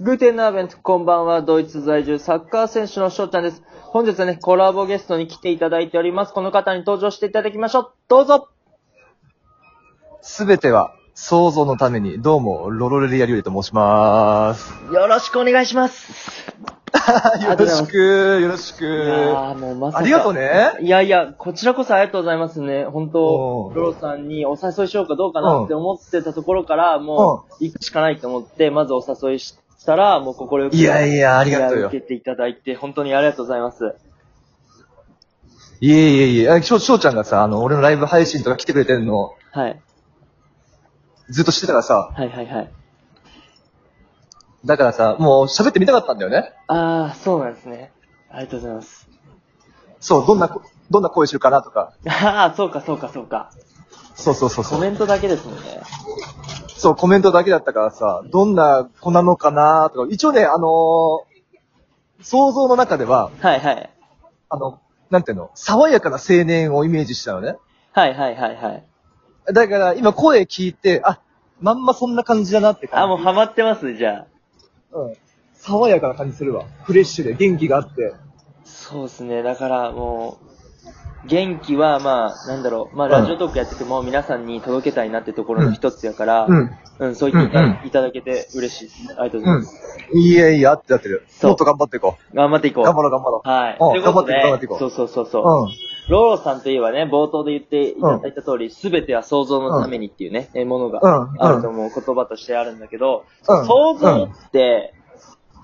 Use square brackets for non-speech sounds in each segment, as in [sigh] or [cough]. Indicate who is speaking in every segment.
Speaker 1: グーテンナーベント、こんばんは。ドイツ在住サッカー選手の翔ちゃんです。本日はね、コラボゲストに来ていただいております。この方に登場していただきましょう。どうぞ
Speaker 2: すべては想像のために、どうも、ロロレリアリュウレと申しまーす。
Speaker 1: よろしくお願いします。
Speaker 2: よろしく、よろし
Speaker 1: い
Speaker 2: く。
Speaker 1: やーもうまさか。
Speaker 2: ありがとう。ね。
Speaker 1: いやいや、こちらこそありがとうございますね。本当
Speaker 2: おう
Speaker 1: ロロさんにお誘いしようかどうかなって思ってたところから、もう、行くしかないと思って、まずお誘いしたら、もう心よく。
Speaker 2: いやいや、あ
Speaker 1: あ
Speaker 2: りがとうよ
Speaker 1: 受。けていただいて、本当にありがとうございます。
Speaker 2: いえいえいえ、あしょうしょうちゃんがさ、あの、俺のライブ配信とか来てくれてんの、
Speaker 1: はい。
Speaker 2: ずっとしてたからさ、
Speaker 1: はいはいはい。
Speaker 2: だからさ、もう喋ってみたかったんだよね。
Speaker 1: ああ、そうなんですね。ありがとうございます。
Speaker 2: そう、どんなこ、どんな声してるかなとか。
Speaker 1: ああ、そうかそうかそうか。
Speaker 2: そうそうそう
Speaker 1: コ
Speaker 2: そう。
Speaker 1: メントだけですもんね。
Speaker 2: そう、コメントだけだったからさ、どんな子なのかなとか。一応ね、あのー想像の中では、
Speaker 1: はいはい。
Speaker 2: あの、なんていうの、爽やかな青年をイメージしたのね。
Speaker 1: はいはいはいはい。
Speaker 2: だから、今声聞いて、あ、まんまそんな感じだなって感じ。
Speaker 1: あ、もうハマってますね、じゃあ。
Speaker 2: うん。爽やかな感じするわ。フレッシュで元気があって。
Speaker 1: そうですね。だからもう、元気はまあ、なんだろう。まあ、
Speaker 2: うん
Speaker 1: ラジオトークやってても皆さんに届けたいなってところの一つやから、
Speaker 2: うん。
Speaker 1: うん、そう言っていた,、
Speaker 2: うんうん
Speaker 1: いただけて嬉しいです。ありがとうございます。
Speaker 2: うん。いやいや、合ってる合ってる。
Speaker 1: そう
Speaker 2: もっと頑張っていこ。
Speaker 1: 頑張っていうこう。
Speaker 2: 頑張ろう頑張ろう。
Speaker 1: はい。
Speaker 2: うん
Speaker 1: ということで、
Speaker 2: 頑張っていこう
Speaker 1: そうそうそうそう。
Speaker 2: う
Speaker 1: ローロさんといえばね、冒頭で言っていただいた通り、すべ、ては想像のためにっていうね、えものが
Speaker 2: うんうん
Speaker 1: あると思う言葉としてあるんだけど、
Speaker 2: うん
Speaker 1: 想像って、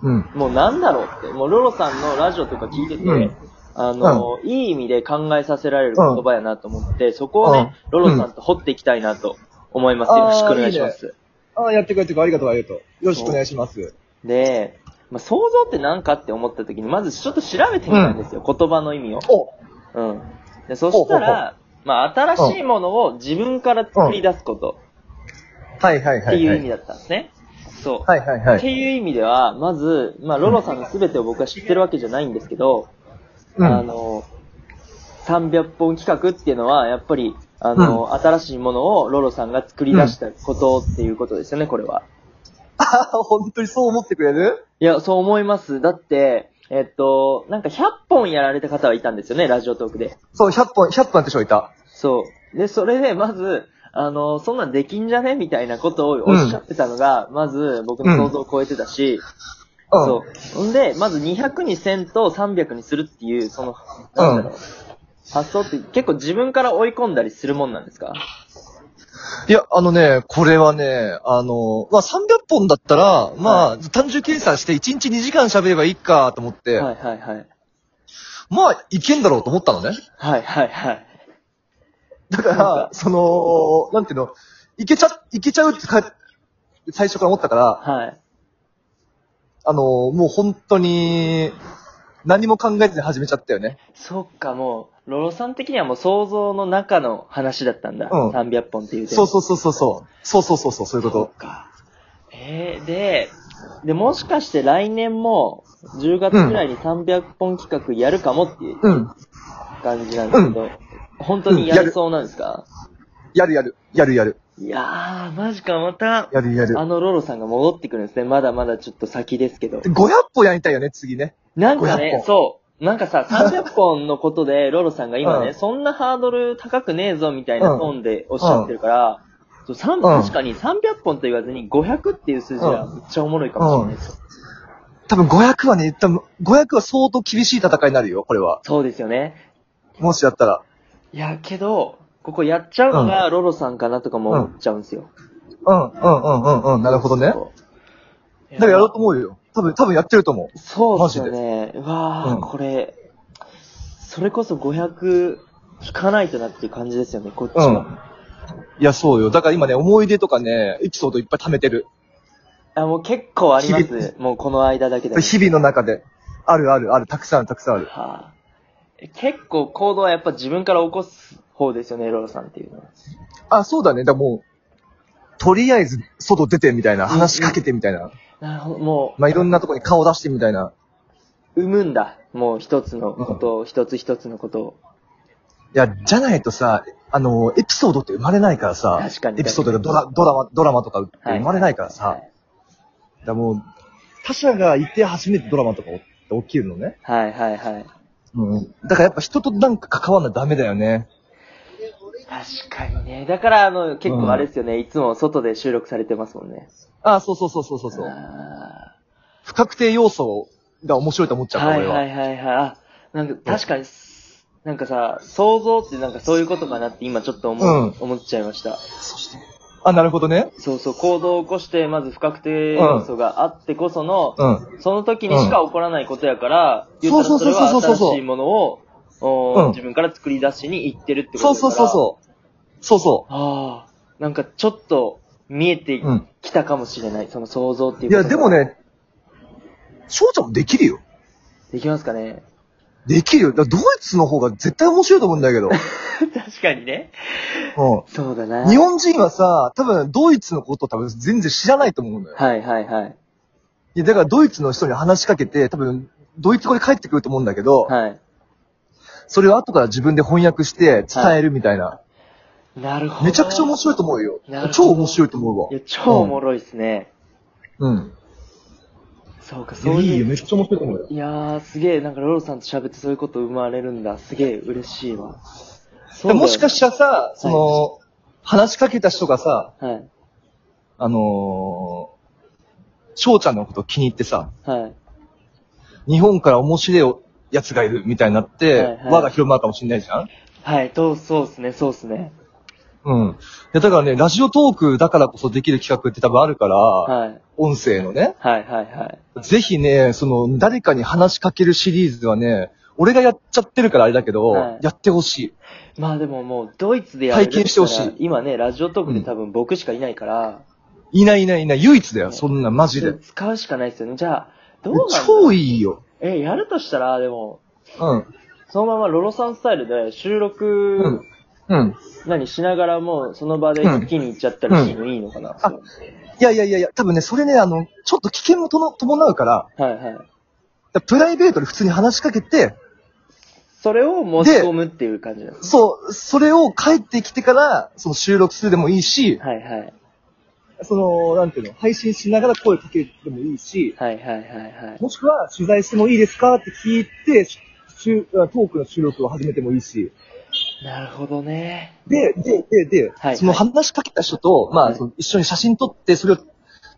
Speaker 2: ん。うん。
Speaker 1: もうなんだろうって、もうロロさんのラジオとか聞いてて、
Speaker 2: うん
Speaker 1: あの、いい意味で考えさせられる言葉やなと思って、そこをね、
Speaker 2: うん
Speaker 1: ロロさんと掘っていきたいなと思います。
Speaker 2: うん
Speaker 1: よろしくお願いします。
Speaker 2: ああ、やってくれてくれありがとうありがとう。よろしくお願いします。
Speaker 1: で、まあ、想像って何かって思った時に、まずちょっと調べてみたんですよ、言葉の意味を。
Speaker 2: お
Speaker 1: うん。で、そした
Speaker 2: ほうほ
Speaker 1: ら、まあ、新しいものを自分から作り出すこと
Speaker 2: はいはい
Speaker 1: っ
Speaker 2: は
Speaker 1: て
Speaker 2: い。
Speaker 1: い
Speaker 2: は
Speaker 1: う意味
Speaker 2: い
Speaker 1: だったんですね。そう。
Speaker 2: はいはいは
Speaker 1: っ
Speaker 2: い。
Speaker 1: ていう意味では、まず、まあ、ロロさんの全てを僕は知ってるわけじゃないんですけど、
Speaker 2: うん
Speaker 1: あの、300本企画っていうのは、やっぱり、あの、新しいものをロロさんが作り出したことっていうことですよね、これは。
Speaker 2: ああ、 [laughs] 本当にそう思ってくれる
Speaker 1: いや、そう思います。だって、えっと、なんか100本やられた方はいたんですよね、ラジオトークで。
Speaker 2: そう、100本、100本やってしょいた。
Speaker 1: そう。で、それで、まず、あの、そんなんできんじゃねみたいなことをおっしゃってたのが、まず、僕の想像を超えてたし、
Speaker 2: うん。
Speaker 1: そう。ほんで、まず200に1000と300にするっていう、その、なんだろう。発想って結構自分から追い込んだりするもんなんですか
Speaker 2: いや、あのね、これはね、あの、まあ、300本だったら、まあ、単純計算して1日2時間喋ればいいかと思って、
Speaker 1: はいはいはい。
Speaker 2: まあ、いけんだろうと思ったのね。
Speaker 1: はいはいはい。
Speaker 2: だから、その、なんていうの、いけちゃ、いけちゃうってか、最初から思ったから、
Speaker 1: はい。
Speaker 2: あの、もう本当に、何も考えずに始めちゃったよね。
Speaker 1: そっか、もう、ロロさん的にはもう想像の中の話だったんだ。
Speaker 2: うん
Speaker 1: 300本っていう点
Speaker 2: そうそうそうそうそう。そうそうそうそう、そういうこ
Speaker 1: そうか。えー、で、で、もしかして来年も、10月くらいに300本企画やるかもっていう
Speaker 2: と。うん。
Speaker 1: 感じなんですけど、本当にやりそうなんですか、
Speaker 2: やるやる。やるやる。
Speaker 1: いやー、マジか、また、
Speaker 2: やるやる。
Speaker 1: あのロロさんが戻ってくるんですね。まだまだちょっと先ですけど
Speaker 2: で。500本やりたいよね、次ね。
Speaker 1: なんかね
Speaker 2: 500、本
Speaker 1: そう。なんかさ、300本のことで、 [laughs] ロロさんが今ね、
Speaker 2: うん
Speaker 1: そんなハードル高くねえぞ、みたいな
Speaker 2: うん
Speaker 1: トーンでおっしゃってるから、そうさん
Speaker 2: ん
Speaker 1: 確かに300本と言わずに500っていう数字はめっちゃおもろいかもしれないですよ。
Speaker 2: 多分500はね、多分500は相当厳しい戦いになるよ、これは。
Speaker 1: そうですよね。
Speaker 2: もしやったら。
Speaker 1: いや、けど、ここやっちゃうのがロロさんかなとかも思っちゃうんですよ。
Speaker 2: うん、うん、うん、うん、うん。なるほどね。だか
Speaker 1: そう。
Speaker 2: らやろうと思うよ。多分、多分やってると思う。
Speaker 1: そうですよね。うわあ、
Speaker 2: うん
Speaker 1: これ、それこそ500引かないとなっていう感じですよね、こっち
Speaker 2: う
Speaker 1: は。
Speaker 2: ん。いや、そうよ。だから今ね、思い出とかね、エピソードいっぱい貯めてる。
Speaker 1: あもう結構ありま
Speaker 2: 日
Speaker 1: す。もうこの間だけでも。
Speaker 2: 日々の中で。あるあるある、たくさんある、たくさんある。
Speaker 1: はあ、結構行動はやっぱ自分から起こす方ですよね、ロロさんっていうのは。
Speaker 2: あ、そうだね。だからもう、とりあえず、外出てみたいな、話しかけてみたいな。
Speaker 1: なるほど、もう、
Speaker 2: まあ、いろんなとこに顔出してみたいな。
Speaker 1: 生むんだ。もう一つのことを、一つ一つのことを。
Speaker 2: いや、じゃないとさ、あの、エピソードって生まれないからさ、
Speaker 1: 確かに
Speaker 2: エピソードがドラドラマ、ドラマとかって生まれないからさ、
Speaker 1: はい
Speaker 2: だからもう、他者がいて初めてドラマとか起きるのね。
Speaker 1: はいはいはい。
Speaker 2: うん。だからやっぱ人となんか関わらないとダメだよね。
Speaker 1: 確かにね。だから、あの、結構あれですよね。いつも外で収録されてますもんね。
Speaker 2: ああ、そうそうそうそうそうそう。
Speaker 1: あ
Speaker 2: 不確定要素が面白いと思っち
Speaker 1: ー
Speaker 2: ゃった、
Speaker 1: はい
Speaker 2: 俺は。
Speaker 1: はいはいはい。あ、なんか確かに、なんかさ、想像ってなんかそういうことかなって今ちょっと思,、
Speaker 2: うん
Speaker 1: 思っちゃいました。
Speaker 2: あ、なるほどね。
Speaker 1: そうそう、行動を起こして、まず不確定要素があってこその、
Speaker 2: うん。
Speaker 1: その時にしか起こらないことやから、
Speaker 2: うん
Speaker 1: 言うたらそれは
Speaker 2: そうそうそうそうそう
Speaker 1: 新しいものを、
Speaker 2: うん
Speaker 1: お自分から作り出しに行ってるってことだか
Speaker 2: そう
Speaker 1: ら
Speaker 2: そうそうそう。そうそ
Speaker 1: ああ、なんかちょっと見えて
Speaker 2: うん
Speaker 1: きたかもしれない、その想像っていう
Speaker 2: う。い
Speaker 1: こ
Speaker 2: や、
Speaker 1: とが
Speaker 2: でも。ね、翔ちゃんもできるよ。
Speaker 1: できますかね [laughs]
Speaker 2: できるよ。だからドイツの方が絶対面白いと思うん
Speaker 1: [laughs]
Speaker 2: だけど。
Speaker 1: 確かにね。
Speaker 2: う
Speaker 1: そうだ
Speaker 2: ん。
Speaker 1: な。
Speaker 2: 日本人はさ、多分ドイツのこと多分全然知らないと思うんだよ。
Speaker 1: はいはいはい。
Speaker 2: いや、だからドイツの人に話しかけて、多分、ドイツ語で帰ってくると思うんだけど、
Speaker 1: はい。
Speaker 2: それを後から自分で翻訳して伝えるみたいな。
Speaker 1: なるほど。
Speaker 2: めちゃくちゃ面白いと思うよ
Speaker 1: なるほ。ど
Speaker 2: 超面白いと思
Speaker 1: いうや、超おもろいっすね。
Speaker 2: わ。うん。
Speaker 1: そうか、
Speaker 2: い
Speaker 1: そ
Speaker 2: や
Speaker 1: う
Speaker 2: いい
Speaker 1: い
Speaker 2: よ、
Speaker 1: う。
Speaker 2: めっちゃ面白いと思うよ。
Speaker 1: いやー、すげえ、なんかロロさんと喋ってそういうこと生まれるんだ。すげえ嬉しいわ。そうだよね
Speaker 2: もしかしたらさ、その、話しかけた人がさ、
Speaker 1: はい。
Speaker 2: あのー、翔ちゃんのこと気に入ってさ、
Speaker 1: はい。
Speaker 2: 日本から面白いやつがいるみたいになって、
Speaker 1: はいはい
Speaker 2: 輪が広まるかもしれないじゃん
Speaker 1: はい、と、そうっすね、そうっすね。
Speaker 2: うん。いや、だからね、ラジオトークだからこそできる企画って多分あるから、
Speaker 1: はい。
Speaker 2: 音声のね、
Speaker 1: はい、はい、はい。
Speaker 2: ぜひね、その、誰かに話しかけるシリーズはね、俺がやっちゃってるからあれだけど、
Speaker 1: はい
Speaker 2: やってほし
Speaker 1: まあでももう、ドイツでやる。
Speaker 2: 体験してほしい
Speaker 1: 今ね、ラジオトークで多分僕しかいないから、
Speaker 2: い。いないいないいない、唯一だよ、
Speaker 1: ね
Speaker 2: そんな、マジで。
Speaker 1: 使うしかないっすよね。じゃあ、どうなんだろう
Speaker 2: 超いいよ。
Speaker 1: え、やるとしたら、でも、
Speaker 2: うん。
Speaker 1: そのままロロさんスタイルで収
Speaker 2: うん
Speaker 1: 録、。
Speaker 2: うん。
Speaker 1: 何しながらもう、その場で
Speaker 2: うん
Speaker 1: 一気に行っちゃったりしてもいいのかな、
Speaker 2: あいやいやいやいや、多分ね、それね、あの、ちょっと危険もとの伴うから、
Speaker 1: はいはい。
Speaker 2: だからプライベートで普通に話しかけて、
Speaker 1: それを申し込むっていう感じなんです
Speaker 2: そう、それを帰ってきてから、その収録するでもいい
Speaker 1: ね。、
Speaker 2: し
Speaker 1: はいはい。
Speaker 2: その、なんていうの、配信しながら声かけてもいいし、
Speaker 1: はいはいはいはい。
Speaker 2: もしくは取材してもいいですかって聞いて、ししゅトークの収録を始めてもいいし、
Speaker 1: なるほどね。
Speaker 2: で、で、で、で、
Speaker 1: はい
Speaker 2: その話しかけた人と、ま
Speaker 1: は
Speaker 2: あ、
Speaker 1: い
Speaker 2: その一緒に写真撮って、それを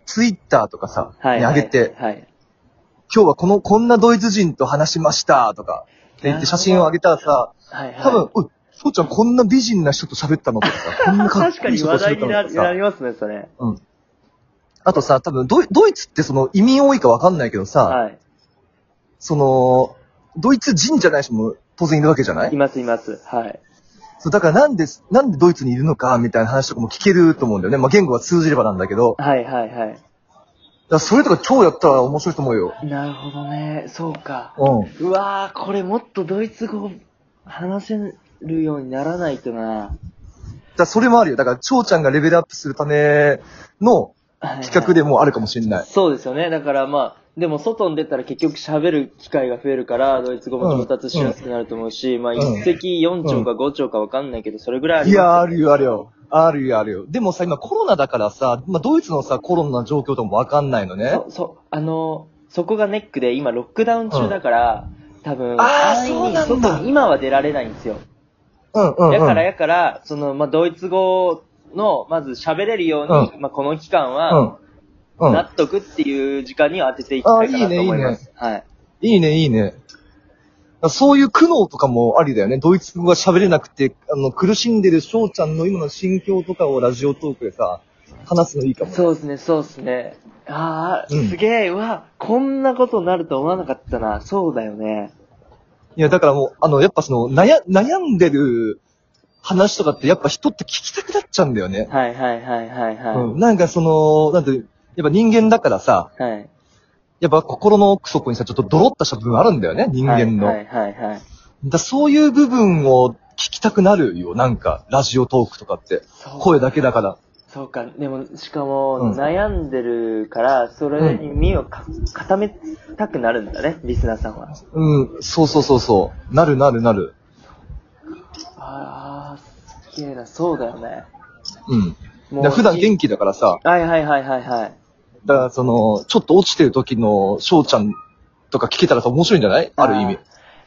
Speaker 2: ツイッターとかさ、
Speaker 1: はい。
Speaker 2: に上げて、
Speaker 1: はい。
Speaker 2: 今日はこの、こんなドイツ人と話しました、とか、って言って写真を上げたらさ、
Speaker 1: はいはい。
Speaker 2: 多分、おい、そうちゃんこんな美人な人と喋ったのとか
Speaker 1: [laughs]
Speaker 2: さ、こんなかっ
Speaker 1: 確
Speaker 2: こ
Speaker 1: か
Speaker 2: いい
Speaker 1: に
Speaker 2: 人と
Speaker 1: 話題
Speaker 2: 喋った
Speaker 1: にな
Speaker 2: のとか
Speaker 1: な
Speaker 2: さ
Speaker 1: り、ますね、それ。
Speaker 2: うん。あとさ、多分ドイ、ドイツってその移民多いかわかんないけどさ、
Speaker 1: はい。
Speaker 2: その、ドイツ人じゃない人も当然いるわけじゃない
Speaker 1: います、います。はい。
Speaker 2: そう、だからなんで、なんでドイツにいるのか、みたいな話とかも聞けると思うんだよね。まあ、言語が通じればなんだけど。だか
Speaker 1: はい、はい、は
Speaker 2: らそれとか超やったら面白いと思うよ。
Speaker 1: い。なるほどね。そうか。
Speaker 2: うん。
Speaker 1: うわー、これもっとドイツ語話せるようにならないとな。
Speaker 2: だからそれもあるよ。だから、蝶ちゃんがレベルアップするための
Speaker 1: はいはい
Speaker 2: 企画でもうあるかもしれない。
Speaker 1: そうですよね。だからまあ、でも外に出たら結局喋る機会が増えるから、ドイツ語も上達しやすくなると思うし、まあ
Speaker 2: うん
Speaker 1: 一石四鳥か五鳥かわかんないけど、それぐらいあ
Speaker 2: い
Speaker 1: りますよね
Speaker 2: や、あるよ、あるよ。あるよ、あるよ。でもさ、今コロナだからさ、まあ、ドイツのさ、コロナの状況とかもわかんないのね。
Speaker 1: そう、そう、あの、そこがネックで、今ロックダウン中だから、多分、
Speaker 2: あー
Speaker 1: 安易に
Speaker 2: そうなんだ
Speaker 1: 外に今は出られないんですよ。
Speaker 2: うん、うん、うん。
Speaker 1: やから、やから、その、まあ、ドイツ語の、まず喋れるように、まあ、この期間は、
Speaker 2: うん。う
Speaker 1: 納
Speaker 2: ん。
Speaker 1: 得っていう時間に当てていきたいかなと思います。はい。
Speaker 2: いいね、いいね。だからそういう苦悩とかもありだよね。ドイツ語が喋れなくて、あの、苦しんでる翔ちゃんの今の心境とかをラジオトークでさ、話すのいいかもね。
Speaker 1: そうですね、そうですね。ああ、
Speaker 2: うん
Speaker 1: すげえ、うわ、こんなことになると思わなかったな。そうだよね。
Speaker 2: いや、だからもう、あの、やっぱその、悩、悩んでる話とかって、やっぱ人って聞きたくなっちゃうんだよね。
Speaker 1: はいはいはいはいはい。
Speaker 2: うん。なんかその、なんて、やっぱ人間だからさ、
Speaker 1: はい。
Speaker 2: やっぱ心の奥底にさ、ちょっとドロッとした部分あるんだよね、人間の。
Speaker 1: はいはいはい、はい。
Speaker 2: だそういう部分を聞きたくなるよ、なんか、ラジオトークとかって。
Speaker 1: そう
Speaker 2: 声だけだから。
Speaker 1: そうか、でも、しか
Speaker 2: う
Speaker 1: も、
Speaker 2: ん
Speaker 1: 悩んでるから、それに身をか固めたくなるんだね、リスナーさんは。
Speaker 2: うん、そうそうそうそう。なるなるなる。
Speaker 1: ああ、すげえな、そうだよね。
Speaker 2: う
Speaker 1: も
Speaker 2: ん。だから普段
Speaker 1: 気
Speaker 2: 元気だからさ、
Speaker 1: はいはいはいはいはい。
Speaker 2: だから、その、ちょっと落ちてる時の翔ちゃんとか聞けたらさ面白いんじゃないある意味。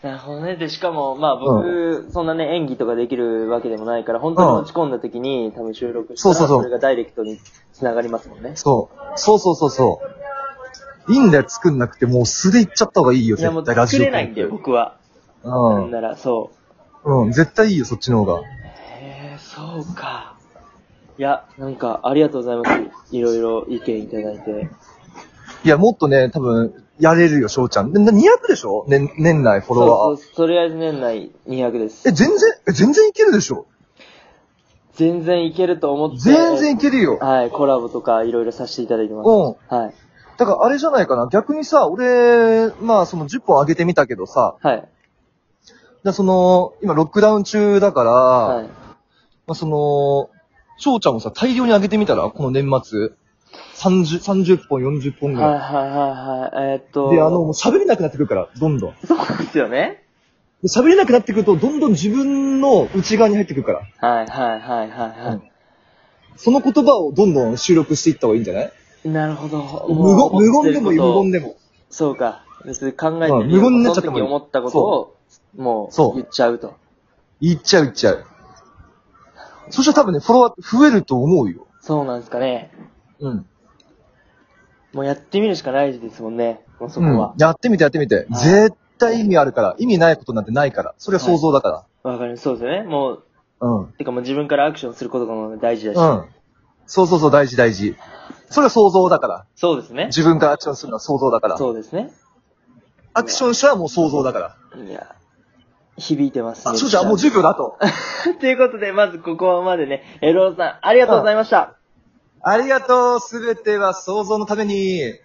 Speaker 1: なるほどね。で、しかも、まあ僕、そんなね、演技とかできるわけでもないから、本当に落ち込んだ時に、多分収録した
Speaker 2: そう
Speaker 1: ら、
Speaker 2: そうそう
Speaker 1: れがダイレクトに繋がりますもんね。
Speaker 2: そう。そうそうそうそう。いいんだよ、作んなくて。もう素で行っちゃった方がいいよ、
Speaker 1: いやもう
Speaker 2: 絶対ラジオ。
Speaker 1: 作れないんだよ、。僕は。
Speaker 2: う
Speaker 1: なんなら、そ
Speaker 2: ん。うん、絶対いいよ、そっちの方が。
Speaker 1: う。へえ、そうか。いや、なんか、ありがとうございます。いろいろ意見いただいて。
Speaker 2: いや、もっとね、多分、やれるよ、翔ちゃん。でな200でしょ年、年内、フォロ
Speaker 1: そ
Speaker 2: ワ
Speaker 1: う
Speaker 2: ー。
Speaker 1: そう、とりあえず年内200です
Speaker 2: え、。全然、え、全然いけるでしょ
Speaker 1: 全然いけると思って。
Speaker 2: 全然いけるよ。
Speaker 1: はい、コラボとかいろいろさせていただいてます。
Speaker 2: うん
Speaker 1: はい。
Speaker 2: だからあれじゃないかな。逆にさ、俺、まあその10本上げてみたけどさ、
Speaker 1: はい。
Speaker 2: じゃあその、今ロックダウン中だから、
Speaker 1: はい。
Speaker 2: まあその、翔ちゃんをさ、大量に上げてみたら、この年末。30、30本、40本ぐ
Speaker 1: はいはい
Speaker 2: らい。
Speaker 1: はいはい。えーっと。
Speaker 2: で、あの、もう喋れなくなってくるから、どんどん。
Speaker 1: [laughs]
Speaker 2: で
Speaker 1: そうですよね。
Speaker 2: 喋れなくなってくると、どんどん自分の内側に入ってくるから。
Speaker 1: はいはいはいはいは
Speaker 2: その言葉をどんどん収録していった方がいいんじゃない
Speaker 1: い。なるほど。
Speaker 2: 無言、無言でもいい、無言
Speaker 1: で。
Speaker 2: でも。
Speaker 1: そうか。別に考えて
Speaker 2: うん無言になっちゃって
Speaker 1: そ
Speaker 2: も
Speaker 1: の時思ったことを、も
Speaker 2: そう
Speaker 1: う言っちゃうと。
Speaker 2: 言っちゃう、言っちゃう。そしたら多分ね、フォロワー増えると思うよ。
Speaker 1: そうなんですかね。
Speaker 2: うん。
Speaker 1: もうやってみるしかないですもんね。もうそこ
Speaker 2: うん
Speaker 1: は。。
Speaker 2: やってみて、やってみて。
Speaker 1: はい
Speaker 2: 絶対意味あるから。意味ないことなんてないから。それは想像だか
Speaker 1: わ、かる。そうですよね。もう、
Speaker 2: ら。うん。
Speaker 1: てかもう自分からアクションすることが大事だし。
Speaker 2: うん。そうそうそう、大事大事。それは想像だから。
Speaker 1: そうですね。
Speaker 2: 自分からアクションするのは想像だから。
Speaker 1: そうですね。
Speaker 2: アクションしたらもう想像だから。
Speaker 1: いや、響いてますね。
Speaker 2: あ、そうじゃん、もう10秒だと。
Speaker 1: [laughs] ということで、まずここまでね、エローさん、ありがとうございました。
Speaker 2: ありがとう、すべては想像のために。